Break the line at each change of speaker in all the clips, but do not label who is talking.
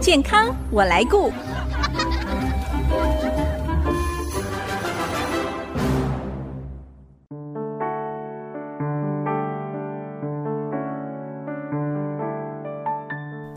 健康我来顾。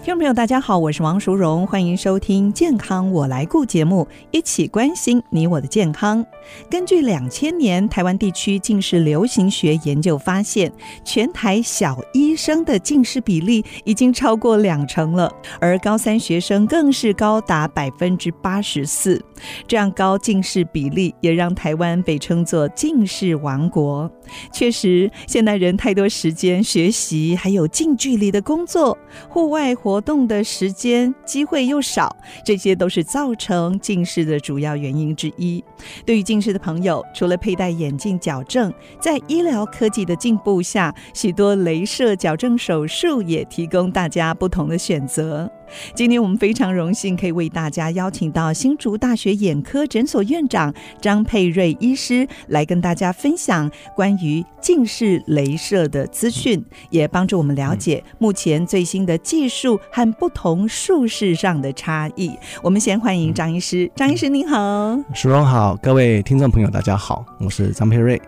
听众朋友，大家好，我是王淑荣，欢迎收听《健康我来顾》节目，一起关心你我的健康。根据两千年台湾地区近视流行学研究发现，全台小医生的近视比例已经超过两成了，而高三学生更是高达百分之八十四。这样高近视比例也让台湾被称作“近视王国”。确实，现代人太多时间学习，还有近距离的工作，户外活动的时间机会又少，这些都是造成近视的主要原因之一。对于近视的朋友，除了佩戴眼镜矫正，在医疗科技的进步下，许多镭射矫正手术也提供大家不同的选择。今天我们非常荣幸可以为大家邀请到新竹大学眼科诊所院长张佩瑞医师来跟大家分享关于近视雷射的资讯，也帮助我们了解目前最新的技术和不同术式上的差异。我们先欢迎张医师，张医师您好。
淑荣好，各位听众朋友，大家好，我是张佩瑞。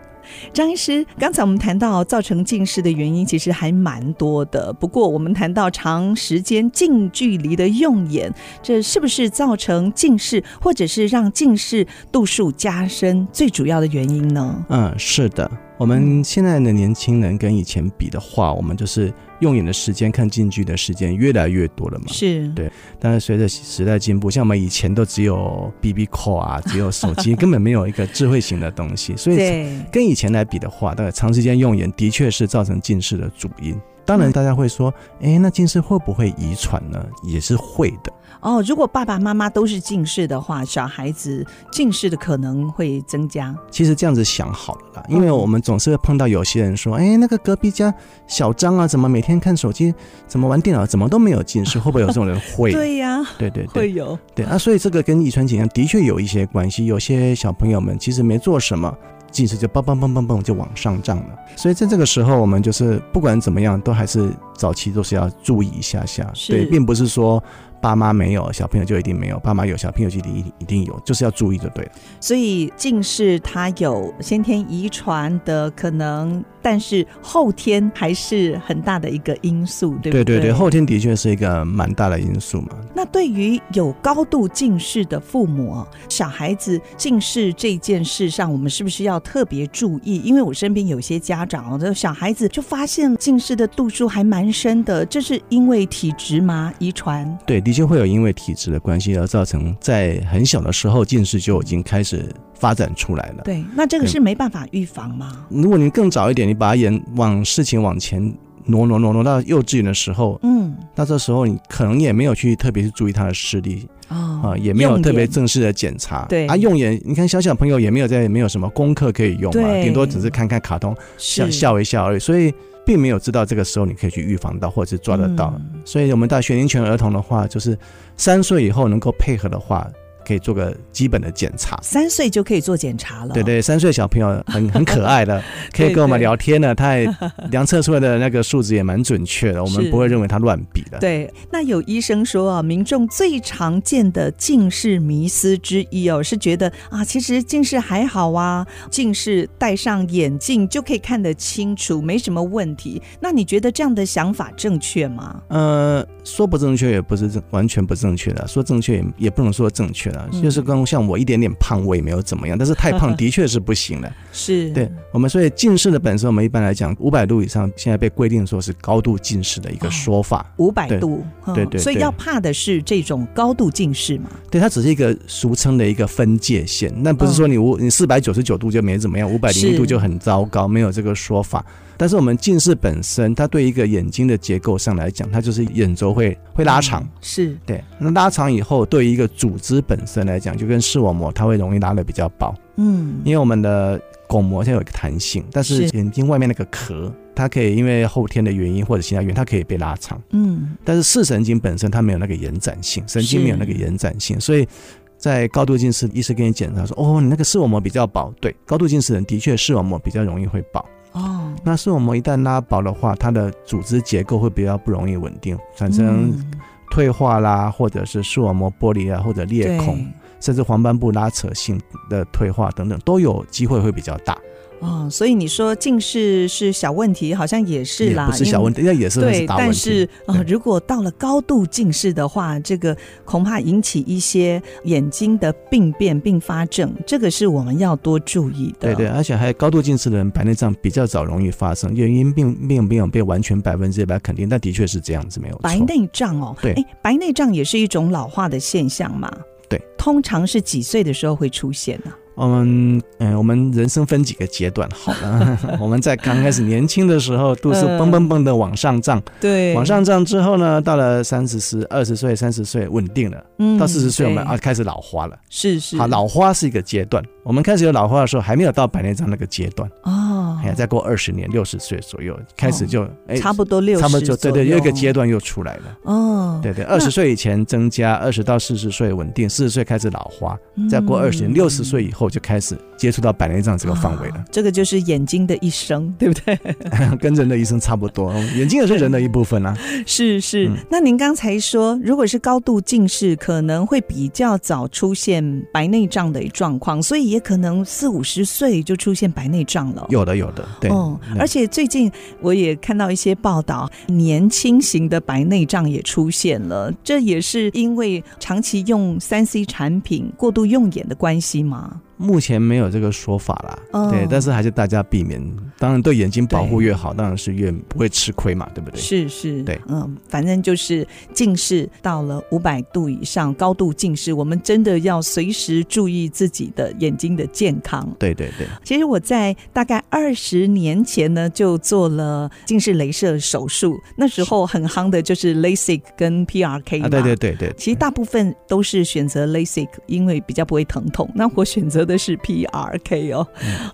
张医师，刚才我们谈到造成近视的原因其实还蛮多的，不过我们谈到长时间近距离的用眼，这是不是造成近视或者是让近视度数加深最主要的原因呢？
嗯，是的，我们现在的年轻人跟以前比的话，我们就是用眼的时间、看近距的时间越来越多了嘛。
是，
对但是随着时代进步，像我们以前都只有 BB call 啊，只有手机，根本没有一个智慧型的东 西，所以
对，
跟以前来比的话，大概长时间用眼的确是造成近视的主因。当然，
嗯
大家会说，哎、那近视会不会遗传呢？也是会的。
哦，如果爸爸妈妈都是近视的话，小孩子近视的可能会增加。
其实这样子想好了
嗯
啦，因为我们总是会碰到有些人说，哎、那个隔壁家小张啊，怎么每天看手机，怎么玩电脑，怎么都没有 近视，会不会有这种人会？
对呀、
对对对
会有，
对啊，所以这个跟遗传倾向的确有一些关系。有些小朋友们其实没做什么，近视就嘣嘣嘣嘣嘣就往上涨了。所以在这个时候，我们就是不管怎么样，都还是早期都是要注意一下下。
是
对，并不是说爸妈没有，小朋友就一定没有；爸妈有，小朋友就一定一定一定有，就是要注意就对了。
所以近视它有先天遗传的可能，但是后天还是很大的一个因素，对不
对
对
对，后天的确是一个蛮大的因素嘛。
那对于有高度近视的父母哦，小孩子近视这件事上，我们是不是要特别注意？因为我身边有些家长哦，这小孩子就发现近视的度数还蛮深的，这是因为体质吗？遗传？
对，的确会有因为体质的关系而造成在很小的时候近视就已经开始发展出来了。
对，那这个
对
是没办法预防吗？
如果你更早一点，你把眼往事情往前挪挪挪挪到幼稚园的时候，
嗯，
那这时候你可能也没有去特别去注意他的视力啊、
哦
也没有特别
用眼
正式的检查。
对
啊，用眼，你看小小朋友也没有在没有什么功课可以用嘛，
对
顶多只是看看卡通，笑
是
笑一笑而已，所以并没有知道这个时候你可以去预防到或者是抓得到。
嗯
所以我们到学龄前儿童的话，就是三岁以后能够配合的话，可以做个基本的检查。
三岁就可以做检查了。
对对，三岁小朋友很很可 爱的，可以跟我们聊天的，他也量测出来的那个数值也蛮准确的，我
是
们不会认为他乱比的。
对，那有医生说啊，民众最常见的近视迷思之一哦，是觉得啊，其实近视还好啊，近视戴上眼镜就可以看得清楚，没什么问题。那你觉得这样的想法正确吗？
呃，说不正确也不是正完全不正确的，说正确也也不能说正确了，
嗯
就是跟像我一点点胖我也没有怎么样，但是太 胖的确是不行的。
是
对我们，所以近视的本身，我们一般来讲五百度以上，现在被规定说是高度近视的一
哦
个说法。
五百
对
度，嗯
对对对
所以要怕的是这种高度近视嘛。
对，它只是一个俗称的一个分界线，那不是说你五你四百九十九度就没怎么样，五百零一度就很糟糕，没有这个说法。但是我们近视本身，它对一个眼睛的结构上来讲，它就是眼轴会会拉长。
嗯是
对，那拉长以后，对于一个组织本身来讲，就跟视网膜，它会容易拉的比较薄，
嗯
因为我们的巩膜现在有一个弹性，但是
是
眼睛外面那个壳，它可以因为后天的原因或者其他原因，它可以被拉长。
嗯
但是视神经本身它没有那个延展性，神经
是
没有那个延展性，所以在高度近视，医师给你检查说，哦，你那个视网膜比较薄。对，高度近视人的确视网膜比较容易会薄。
哦，
那视网膜一旦拉薄的话，它的组织结构会比较不容易稳定，产生
嗯
退化啦，或者是视网膜剥离啊，或者裂孔，甚至黄斑部拉扯性的退化等等，都有机会会比较大。
哦，所以你说近视是小问题，好像也是啦，
也不是小问题，那也是
对，
大
但
问题
是。呃，如果到了高度近视的话，这个恐怕引起一些眼睛的病变、并发症，这个是我们要多注意的。
对对，而且还有高度近视的人，白内障比较早容易发生，原因并并没有被完全百分之百肯定，但的确是这样子，没有错。
白内障哦，
对
诶，白内障也是一种老化的现象嘛。
对，
通常是几岁的时候会出现啊呢、
嗯嗯，我们人生分几个阶段好 了。我们在刚开始年轻的时候，度数
嗯
蹦蹦蹦的往上涨，
对
往上涨之后呢，到了三十四、二十岁、三十岁稳定了，
嗯
到四十岁我们
对
啊开始老花了。
是是
好，老花是一个阶段，我们开始有老花的时候，还没有到白内障那个阶段，
哦
哎，呀，再过二十年，六十岁左右开始就哎，
差不多六十，
差不多就对对，又一个阶段又出来了。
哦，
对对，二十岁以前增加，二十到四十岁稳定，四十岁开始老花，
嗯，
再过二十年，六十岁以后就开始接触到白内障这个范围了
啊，这个就是眼睛的一生，对不对？哦
跟人的一生差不 多。眼睛也是人的一部分啊。
是是。
嗯
那您刚才说，如果是高度近视，可能会比较早出现白内障的状况，所以也可能四五十岁就出现白内障了。
有的有的，对。嗯
哦，
那
而且最近我也看到一些报道，年轻型的白内障也出现了，这也是因为长期用三 C 产品过度用眼的关系吗？
目前没有这个说法啦，
哦
对，但是还是大家避免，当然对眼睛保护
对
越好，当然是越不会吃亏嘛，对不对？
是是，
对，
嗯，反正就是近视到了五百度以上，高度近视，我们真的要随时注意自己的眼睛的健康。
对对对，
其实我在大概二十年前呢，就做了近视雷射手术，那时候很夯的就是 LASIK 跟 PRK 嘛。
啊，对对对对，
其实大部分都是选择 LASIK，因为比较不会疼痛。 那我选择的是 PRK 哦。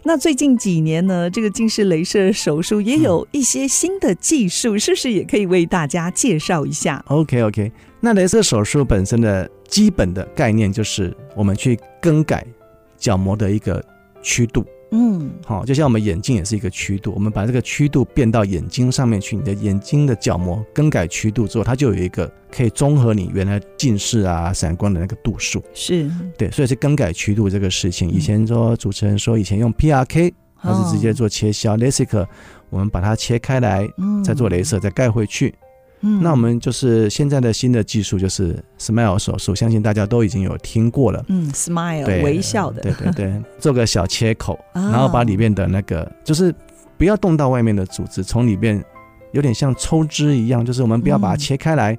那最近几年呢，这个近视雷射手术也有一些新的技术，是不是也可以为大家介绍一下？
OK OK，那镭射手术本身的基本的概念就是我们去更改角膜的一个曲度，
嗯，
好、就像我们眼镜也是一个曲度，我们把这个曲度变到眼睛上面去，你的眼睛的角膜更改曲度之后，它就有一个可以综合你原来近视啊、散光的那个度数。
是，
对，所以是更改曲度这个事情。
嗯
以前说主持人说以前用 PRK，它是直接
哦
做切削、l a s i k 我们把它切开来，
嗯
再做镭。射，再盖回去。
嗯
那我们就是现在的新的技术就是 Smile 手术，相信大家都已经有听 过了。
嗯，smile
对，
微笑的，
对对对，做个小切口，
啊
然后把里面的那个，就是不要动到外面的组织，从里面有点像抽脂一样，就是我们不要把它
嗯
切开来，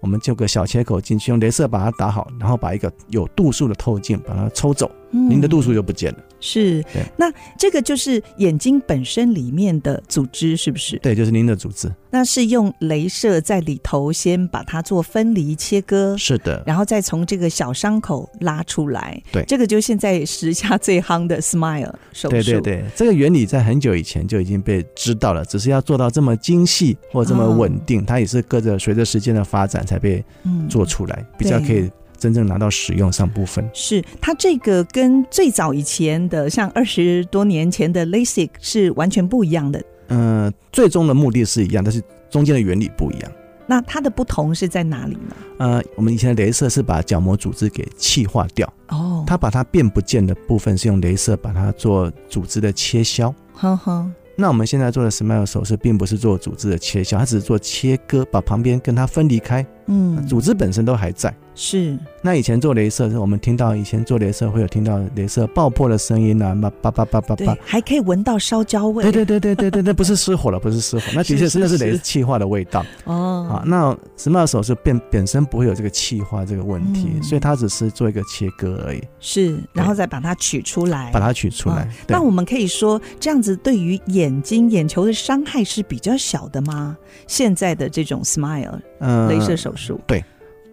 我们就有个小切口进去，用镭射把它打好，然后把一个有度数的透镜把它抽走，您
嗯
的度数就不见了。
是
对。
那这个就是眼睛本身里面的组织，是不是？
对，就是您的组织。
那是用镭射在里头先把它做分离切割，
是的，
然后再从这个小伤口拉出来。
对
这个就现在时下最夯的 Smile 手术。
对对对，这个原理在很久以前就已经被知道了，只是要做到这么精细或这么稳定，它也是跟着随着时间的发展才被
嗯
做出来，比较
对
可以真正拿到使用上部分。
是它这个跟最早以前的，像二十多年前的 LASIK 是完全不一样的。
嗯、最终的目的是一样，但是中间的原理不一样。
那它的不同是在哪里呢？
呃，我们以前的镭射是把角膜组织给气化掉，
哦，
它把它变不见的部分是用镭射把它做组织的切削。
哼哼，
那我们现在做的 SMILE 手术，并不是做组织的切削，它只是做切割，把旁边跟它分离开，
嗯，
组织本身都还在。
是
那以前做镭射，我们听到以前做镭射会有听到镭射爆破的声音啊，叭叭叭叭叭
对
叭。，
还可以闻到烧焦味。
对对对对对对，那不是失火了，不是失火，那的确
是
是那是
是
镭
是
气化的味道
哦，
啊。那 SMART 手术变本身不会有这个气化这个问题，
嗯哎
所以它只是做一个切割而已，
是，然后再把它取出来
把。它取出来
嗯。
对
那我们可以说，这样子对于眼睛、眼球的伤害是比较小的吗？现在的这种 smile
嗯
镭射手术，
对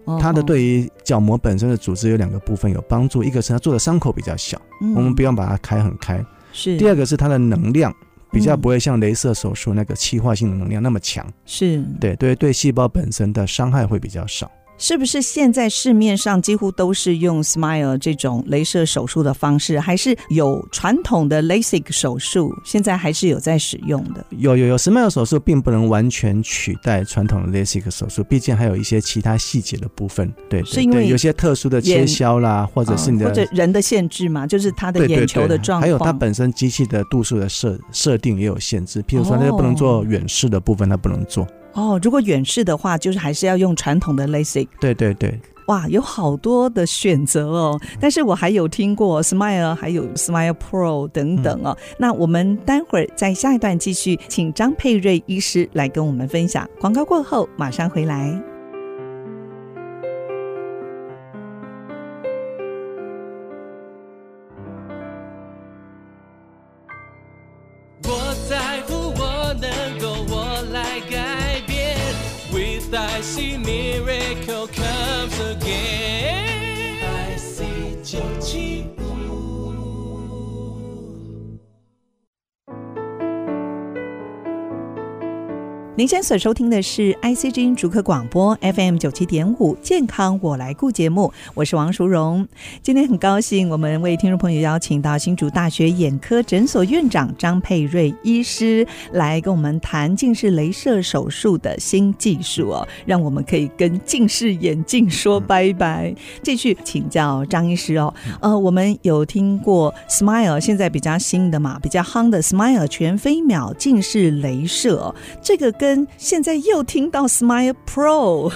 哦，
它的对于角膜本身的组织有两个部分有帮助，一个是它做的伤口比较小，我们不
要
用把它开很开；
嗯是
第二个是它的能量比较
嗯
不会像镭射手术那个气化性的能量那么强。
是
对对对，细胞本身的伤害会比较少。
是不是现在市面上几乎都是用 Smile 这种镭射手术的方式，还是有传统的 LASIK 手术？现在还是有在使用的。
有有有，Smile 手术并不能完全取代传统的 LASIK 手术，毕竟还有一些其他细节的部分。对,对,对，
是因为
有些特殊的切削啦，或者是你
嗯、
的、
或者人的限制嘛，就是他的眼球的状况，
还有它本身机器的度数的设设定也有限制。譬如说，它不能做远视的部分，它不能做。
哦，如果远视的话，就是还是要用传统的 LASIK。
对对对，
哇，有好多的选择哦。但是我还有听过 Smile，还有 Smile Pro 等等哦。嗯、那我们待会儿在下一段继续，请张佩瑞医师来跟我们分享。广告过后马上回来。
我在乎我能够，我来改。I see miracle comes again. I see 九七五。
您现在所收听的是 IC 之音逐客广播 FM 九七点五健康我来顾节目，我是王淑荣。今天很高兴，我们为听众朋友邀请到新竹大学眼科诊所院长张佩瑞医师来跟我们谈近视雷射手术的新技术哦，让我们可以跟近视眼镜说拜拜。继续请教张医师哦，呃，我们有听过 Smile 现在比较新的嘛，比较夯的 Smile 全飞秒近视雷射、哦，这个跟现在又听到 Smile Pro，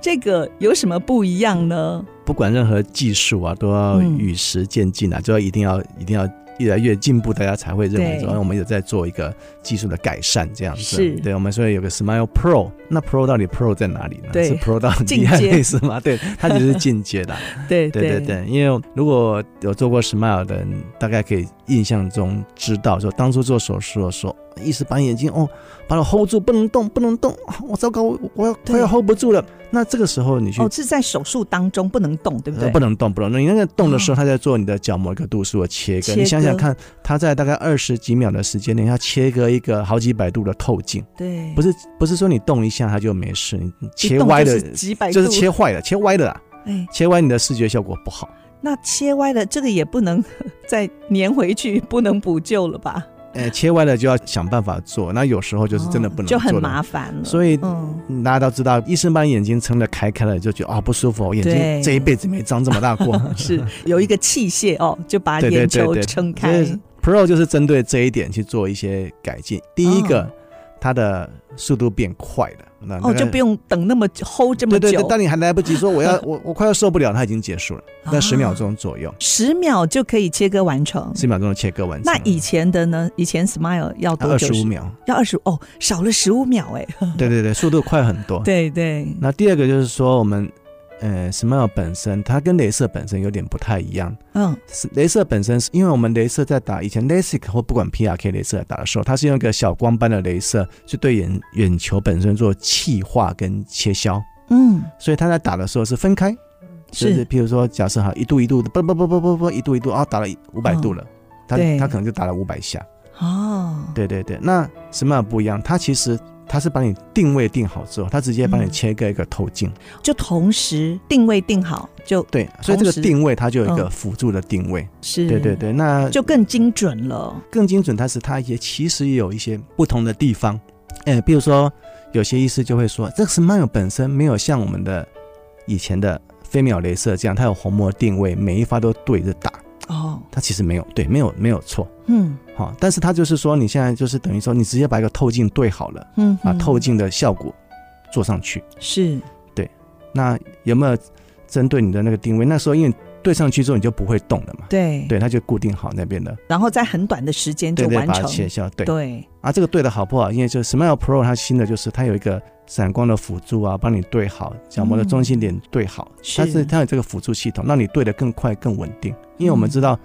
这
嗯
个有什么不一样呢？
不管任何技术啊，都要与时渐进啊，就要一定要一定要越来越进步，大家才会认为说，哎我们有在做一个技术的改善这样子。
是，
对我们所以有个 Smile Pro，那 Pro 到底 Pro 在哪里呢？是 Pro 到厉害类似吗？对，它只是进阶的。啊
对
对对对，因为如果有做过 Smile 的人，大概可以印象中知道说，当初做手术的时候。一时把眼睛哦，把我 hold 住，不能动，不能动，我、哦、糟糕，我我快要 hold 不住了。那这个时候你去
哦，是在手术当中不能动，对不对？呃、
不能动，不能动。你那个动的时候，他在做你的角膜一个度数的切割。
切割
你想想看，他在大概二十几秒的时间内，要切割一个好几百度的透镜。
对，
不是不是说你动一下他就没事，你切歪了
几百
就是切坏了，切歪了啦。
哎，
切歪你的视觉效果不好。
那切歪了，这个也不能 再粘回去，不能补救了吧？
呃，切歪了就要想办法做，那有时候就是真的不能做、
哦，就很麻烦了。
所以、嗯、大家都知道，医生把眼睛撑得开开了，就觉得啊、哦、不舒服，我眼睛这一辈子没长这么大过。
是有一个器械哦，就把眼球撑开。哦
对对对 Pro 就是针对这一点去做一些改进。第一个，哦、它的速度变快了。那
哦，就不用等那么 hold 这么久。
对对对，当你还来不及说 我要我我快要受不了，它已经结束了，
啊
在十秒钟左右，
十、啊、秒就可以切割完成，
十秒钟的切割完成。
那以前的呢？以前 Smile 要多
二十五秒，嗯
要二十哦，少了十五秒哎。
对对对，速度快很多。
对对。
那第二个就是说，我们呃 Smile 本身它跟镭射本身有点不太一样。
嗯，
镭射本身是因为我们镭射在打以前 LASIK 或不管 PRK 镭射打的时候，它是用一个小光斑的镭射去对眼眼球本身做气化跟切削，
嗯，
所以它在打的时候是分开，
是，
譬如说假设哈一度一度的，不不不不不不一度一度啊，打了五百度了，它它可能就打了五百下，
哦，
对对对，那什么不一样？它其实。它是把你定位定好之后，它直接帮你切割一个透镜、嗯，
就同时定位定好就
对，所以这个定位它就有一个辅助的定位，
是、嗯、
对对对，那
就更精准了，
更精准。但是它也其实也有一些不同的地方，哎、呃，比如说有些医师就会说，这个 Smile 本身没有像我们的以前的飞秒镭射这样，它有虹膜定位，每一发都对着打。
哦，
它其实没有对，没有没有错，
嗯，
好、哦，但是它就是说，你现在就是等于说，你直接把一个透镜对好了，
嗯，
把透镜的效果做上去，
是，
对，那有没有针对你的那个定位？那时候因为对上去之后你就不会动了嘛，
对，
对，它就固定好那边的，
然后在很短的时间就完成，
对对把它切消，对
对，
啊，这个对的好不好？因为就 Smile Pro 它新的就是它有一个闪光的辅助啊，帮你对好角膜的中心点对好，嗯、它是它有这个辅助系统，让你对的更快更稳定。因为我们知道，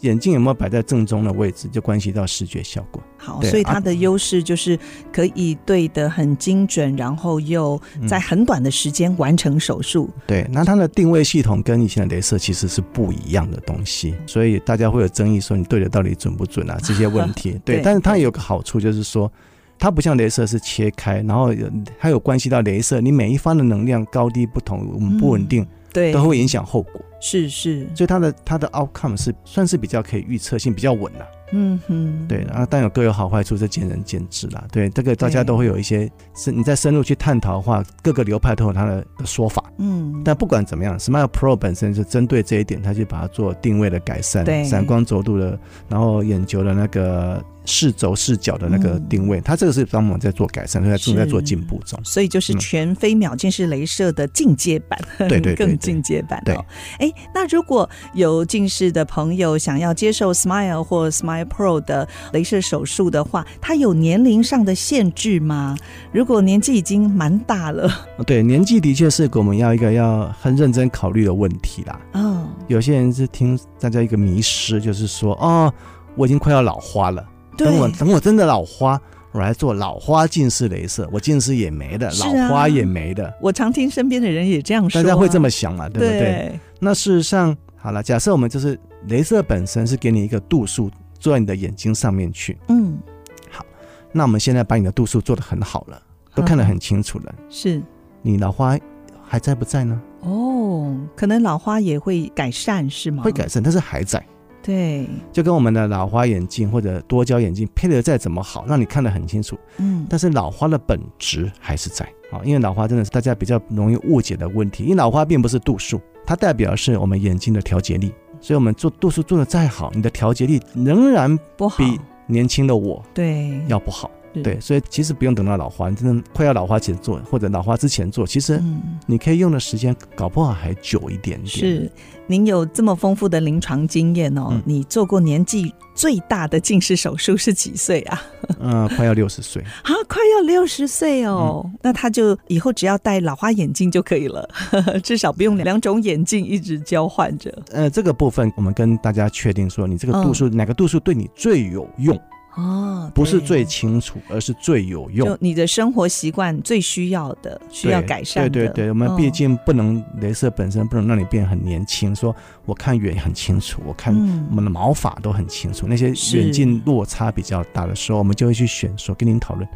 眼镜有没有摆在正中的位置，就关系到视觉效果。
好，所以
啊
它的优势就是可以对的很精准，然后又在很短的时间完成手术。
嗯、对，那它的定位系统跟以前的镭射其实是不一样的东西，所以 大家会有争议说你对的到底准不准啊？这些问题。对，但是它有个好处就是说，它不像镭射是切开，然后有它有关系到镭射，你每一方的能量高低不同，我们不稳定，
嗯对，
都会影响后果。
是是，
所以它的它的 outcome 是算是比较可以预测性比较稳了、
嗯哼，
对，啊然后但有各有好坏处，这见仁见智啦。对，这个大家都会有一些是你在深入去探讨的话，各个流派都有它的说法。
嗯，
但不管怎么样，Smile Pro 本身是针对这一点，它去把它做定位的改善
对，
闪光轴度的，然后眼球的那个视轴视角的那个
嗯
定位，它这个是帮我们在做改善，所以它正在做进步中。
所以就是全飞秒键是镭射的进阶版，
嗯对对对
更进阶版、哦。
对，
哎，那如果有近视的朋友想要接受 Smile 或 Smile Pro 的镭射手术的话，它有年龄上的限制吗？如果年纪已经蛮大 了，
哦对，年纪的确是我们要一个要很认真考虑的问题啦。
哦，
有些人是听大家一个迷失，就是说哦，我已经快要老花了，
对，
等我等我真的老花，我来做老花近视镭射，我近视也没的，
是啊
老花也没的，
我常听身边的人也这样说、
大
啊，
家会这么想嘛，对不对？
对
那事实上，好了，假设我们就是镭射本身是给你一个度数做在你的眼睛上面去，
嗯，
那我们现在把你的度数做得很好了，都看得很清楚了，
嗯是
你老花还在不在呢？
哦，可能老花也会改善是吗？
会改，善，但是还在。
对，
就跟我们的老花眼镜或者多焦眼镜配的再怎么好，让你看得很清楚，
嗯，
但是老花的本质还是在啊，因为老花真的是大家比较容易误解的问题，因为老花并不是度数，它代表的是我们眼睛的调节力，所以我们做度数做得再好，你的调节力仍然
不好，
比年轻的我
对，
要不好。
是
对，，所以其实不用等到老花，你真的快要老花前做，或者老花之前做，其实
嗯。
你可以用的时间搞不好还久一点点。
是，您有这么丰富的临床经验哦。
嗯
你做过年纪最大的近视手术是几岁啊？
嗯、快要六 十岁。
啊，快要六十岁哦。那他就以后只要戴老花眼镜就可以了， 至少不用两种眼镜一直交换着。
呃，这个部分我们跟大家确定说，你
嗯
这个度数、哪个度数对你最有用，
哦，
不是
对
最清楚，而是最有用
就。你的生活习惯最需要的，需要
对
改善的。
对对对，我们
嗯
毕竟不能，镭射本身不能让你变很年轻。说我看远很清楚，我看
嗯
我们的毛发都很清楚。那些
是
远近落差比较大的时候，我们就会去选说跟您讨论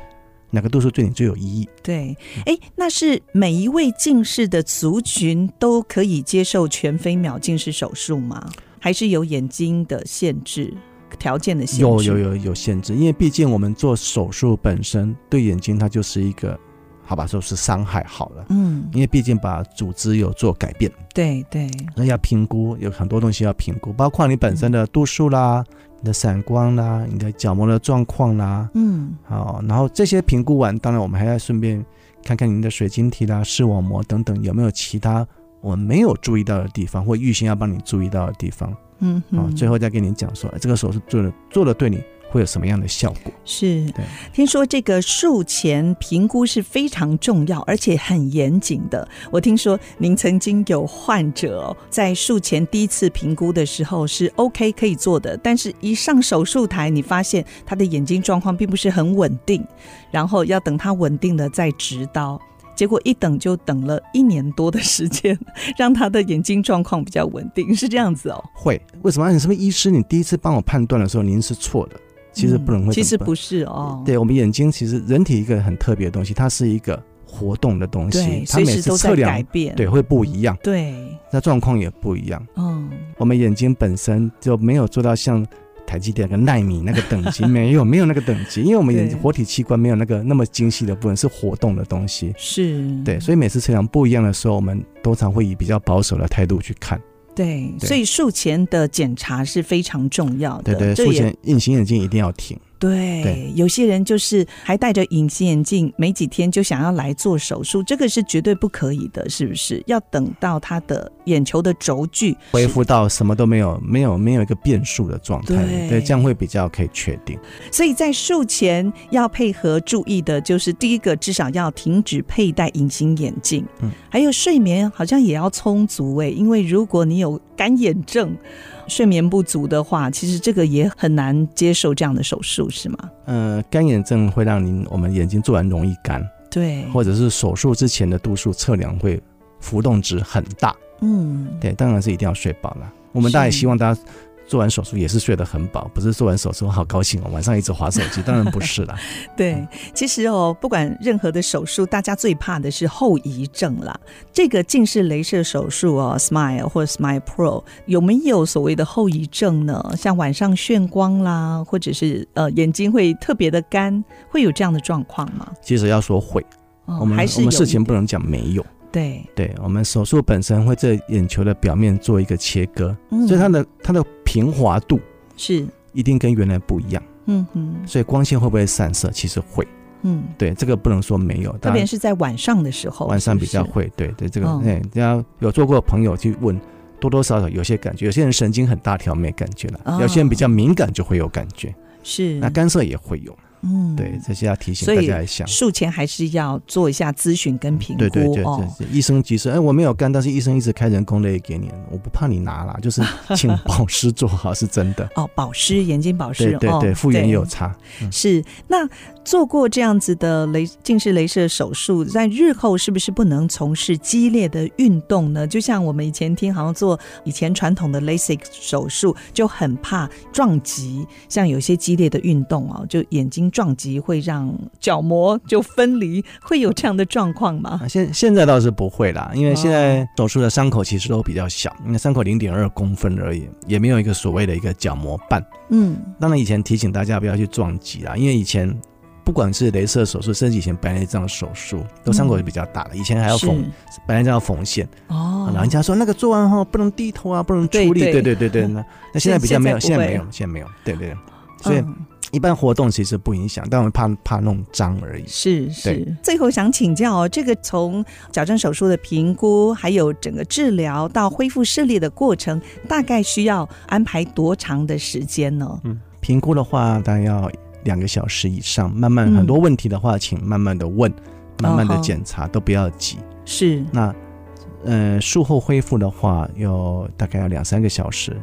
哪个度数对你最有意义。
对，
嗯
哎，那是每一位近视的族群都可以接受全飞秒近视手术吗？还是有眼睛的限制、条件的限制？
有有有有限制，因为毕竟我们做手术本身对眼睛它就是一个，好吧，说是伤害好了。
嗯，
因为毕竟把组织有做改变，
对对，
那要评估，有很多东西要评估，包括你本身的度数啦、你的散光啦、你的角膜的状况啦，
嗯，
好，然后这些评估完，当然我们还要顺便看看您的水晶体啦、视网膜等等有没有其他我们没有注意到的地方，或预先要帮你注意到的地方
嗯
啊、
哼，
最后再跟您讲说，哎这个手术做了做了对你会有什么样的效果？
是
对，
听说这个术前评估是非常重要，而且很严谨的。我听说您曾经有患者哦在术前第一次评估的时候是 OK 可以做的，但是一上手术台，你发现他的眼睛状况并不是很稳定，然后要等他稳定了再执刀。结果一等就等了一年多的时间，让他的眼睛状况比较稳定，是这样子哦。
会为什么？你是不是医师？你第一次帮我判断的时候，您是错的，其实不能会、
嗯其实不是哦。
对我们眼睛，其实人体一个很特别的东西，它是一个活动的东西
对，，
它
随
每
时
次
都
测
在改
量
变。
对会不一样，
对，
那状况也不一样。
嗯。
我们眼睛本身就没有做到像台积电那个纳米那个等级，没有没有那个等级，因为我们眼睛
对
活体器官没有那个那么精细的部分是活动的东西。
是，
对，所以每次测量不一样的时候，我们通常会以比较保守的态度去看。
对，
对
所以术前的检查是非常重要的。
对对，
这
术
也
前隐形眼镜一定要停。
对
对
有些人就是还戴着隐形眼镜，没几天就想要来做手术，这个是绝对不可以的，是不是？要等到他的眼球的轴距
恢复到什么都没有，没有没有一个变数的状态，
对
对，这样会比较可以确定。
所以在术前要配合注意的就是，第一个至少要停止佩戴隐形眼镜，
嗯，
还有睡眠好像也要充足诶、因为如果你有干眼症、睡眠不足的话，其实这个也很难接受这样的手术，是吗？
呃，干眼症会让您我们眼睛做完容易干，
对，
或者是手术之前的度数测量会浮动值很大，
嗯，
对，当然是一定要睡饱了。我们
是
当然也希望大家做完手术也是睡得很饱，不是做完手术好高兴哦，晚上一直划手机，当然不 是啦。
对，其实哦，不管任何的手术，大家最怕的是后遗症啦。这个近视雷射手术哦，Smile 或者 Smile Pro 有没有所谓的后遗症呢？像晚上眩光啦，或者是呃眼睛会特别的干，会有这样的状况吗？
其实要说会，
哦
我们
还是
我们
有
事
一
情不
点
能讲没有。
对，
对我们手术本身会在眼球的表面做一个切割，
嗯
所以它的它的平滑度
是，
一定跟原来不一样，
嗯哼，
所以光线会不会散射？其实会，
嗯，
对这个不能说没有，
特
当
别
然
是在晚上的时候，
晚上
是不
比较
是
会，对对这个
嗯，
哎、人家有做过的朋友去问，多多少少有些感觉，有些人神经很大条没感觉了，
哦
有些人比较敏感就会有感觉，
是
那干涩也会有，
嗯
对这些要提醒
所
大
以
家一下。
术前还是要做一下咨询跟评估
对对对对
哦。
对，医生及时，哎，我没有干，但是医生一直开人工泪给你，我不怕你拿啦，就是请保湿做好是真 的。
哦，保湿、眼睛保湿
对，对
哦
对，复原也有嗯差。
是。那做过这样子的雷近视雷射手术，在日后是不是不能从事激烈的运动呢？就像我们以前听，好像做以前传统的 LASIK 手术就很怕撞击，像有些激烈的运动哦，就眼睛撞击会让角膜就分离，会有这样的状况吗？
啊，现现在倒是不会啦，因为现
哦
在手术的伤口其实都比较小，那伤口零点二公分而已，也没有一个所谓的一个角膜瓣。
嗯，
当然，以前提醒大家不要去撞击啦，因为以前不管是镭射手术，甚至以前白内障手术，都伤口是比较大的，以前还要
嗯是
缝白内障要缝线，啊
哦，
老人家说那个做完后不能低头啊，不能
对
出力，
对
对对 对对，那那现在比较没有，
现
现
在不
在
会
没有，现在没有，对对对，所以
嗯
一般活动其实不影响，但我们怕怕弄脏而已。
是是，最后想请教哦，这个从矫正手术的评估，还有整个治疗到恢复视力的过程，大概需要安排多长的时间呢？
评估的话，大概要两个小时以上，慢慢
嗯
很多问题的话，请慢慢的问，慢慢
哦
的
好
检查，都不要急。
是
那呃，术后恢复的话，有大概要两三个小时，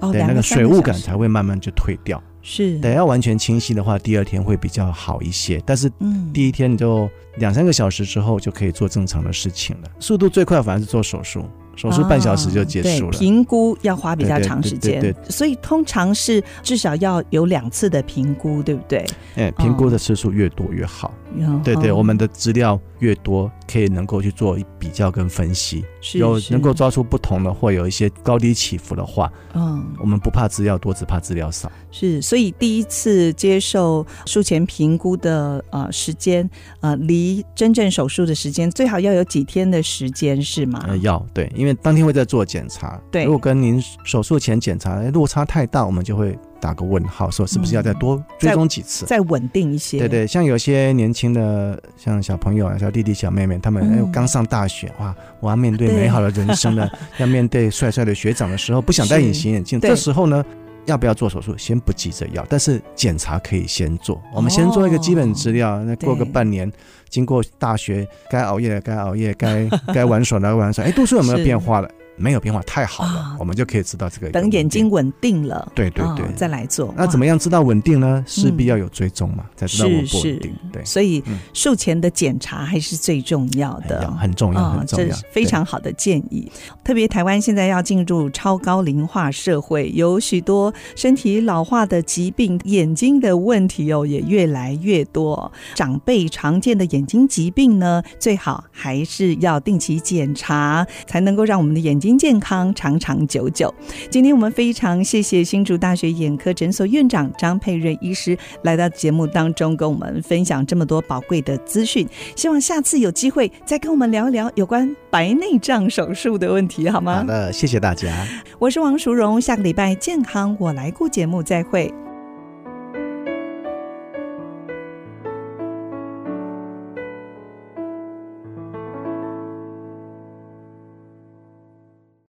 哦，
对，
两
那
个
个
三
水雾
小
感
时
才会慢慢就退掉。
是
等要完全清晰的话，第二天会比较好一些，但是
嗯
第一天你就两三个小时之后就可以做正常的事情了。速度最快反而是做手术，手术半小时就结束
啊
了
对。评估要花比较长时间，
对对对
所以通常是至少要有两次的评估，对不对？
哎、评估的次数越多越好。
嗯
对对，
哦
我们的资料越多，可以能够去做比较跟分析，
是
有
是
能够抓出不同的或有一些高低起伏的话，
嗯
我们不怕资料多，只怕资料少。
是，所以第一次接受术前评估的呃时间，呃，离真正手术的时间最好要有几天的时间，是吗？
呃，要对，因为当天会再做检查。
对
如果跟您手术前检查哎落差太大，我们就会打个问号，说是不是要再多追踪几次？
再稳定一些。
对对，像有些年轻的，像小朋友啊、小弟弟、小妹妹，他们哎
嗯
刚上大学，哇，我要面对
对
美好的人生了，要面对帅帅的学长的时候，不想戴
是
隐形眼镜，
对
这时候呢，要不要做手术？先不急着要，但是检查可以先做。
哦
我们先做一个基本资料，那过个
对
半年，经过大学该熬夜的该熬夜，该 该玩耍的该玩耍，哎，度数有没
是
有 变化了？没有变化，太好
啊
了，我们就可以知道这个有
哦等
稳
眼
定
睛。稳定了，
对对对
哦，再来做。
那怎
么？
么样知道稳定呢？势
嗯
必要有追踪嘛，才知道
是
稳不
是
稳定。对，
所以
嗯
术前的检查还是最重要
很
的
要。很重要，
啊，
很重
这
要
是，非常好的建议。特别台湾现在要进入超高龄化社会，有许多身体老化的疾病、眼睛的问题哦，也越来越多。长辈常见的眼睛疾病呢，最好还是要定期检查，才能够让我们的眼睛健康长长久久。今天我们非常谢谢新竹大学眼科诊所院长张佩瑞医师来到节目当中，跟我们分享这么多宝贵的资讯。希望下次有机会再跟我们聊一聊有关白内障手术的问题，好
对。好
吗？
的，谢谢大家。
我是王淑荣，下个礼拜健康我来顾节目再会。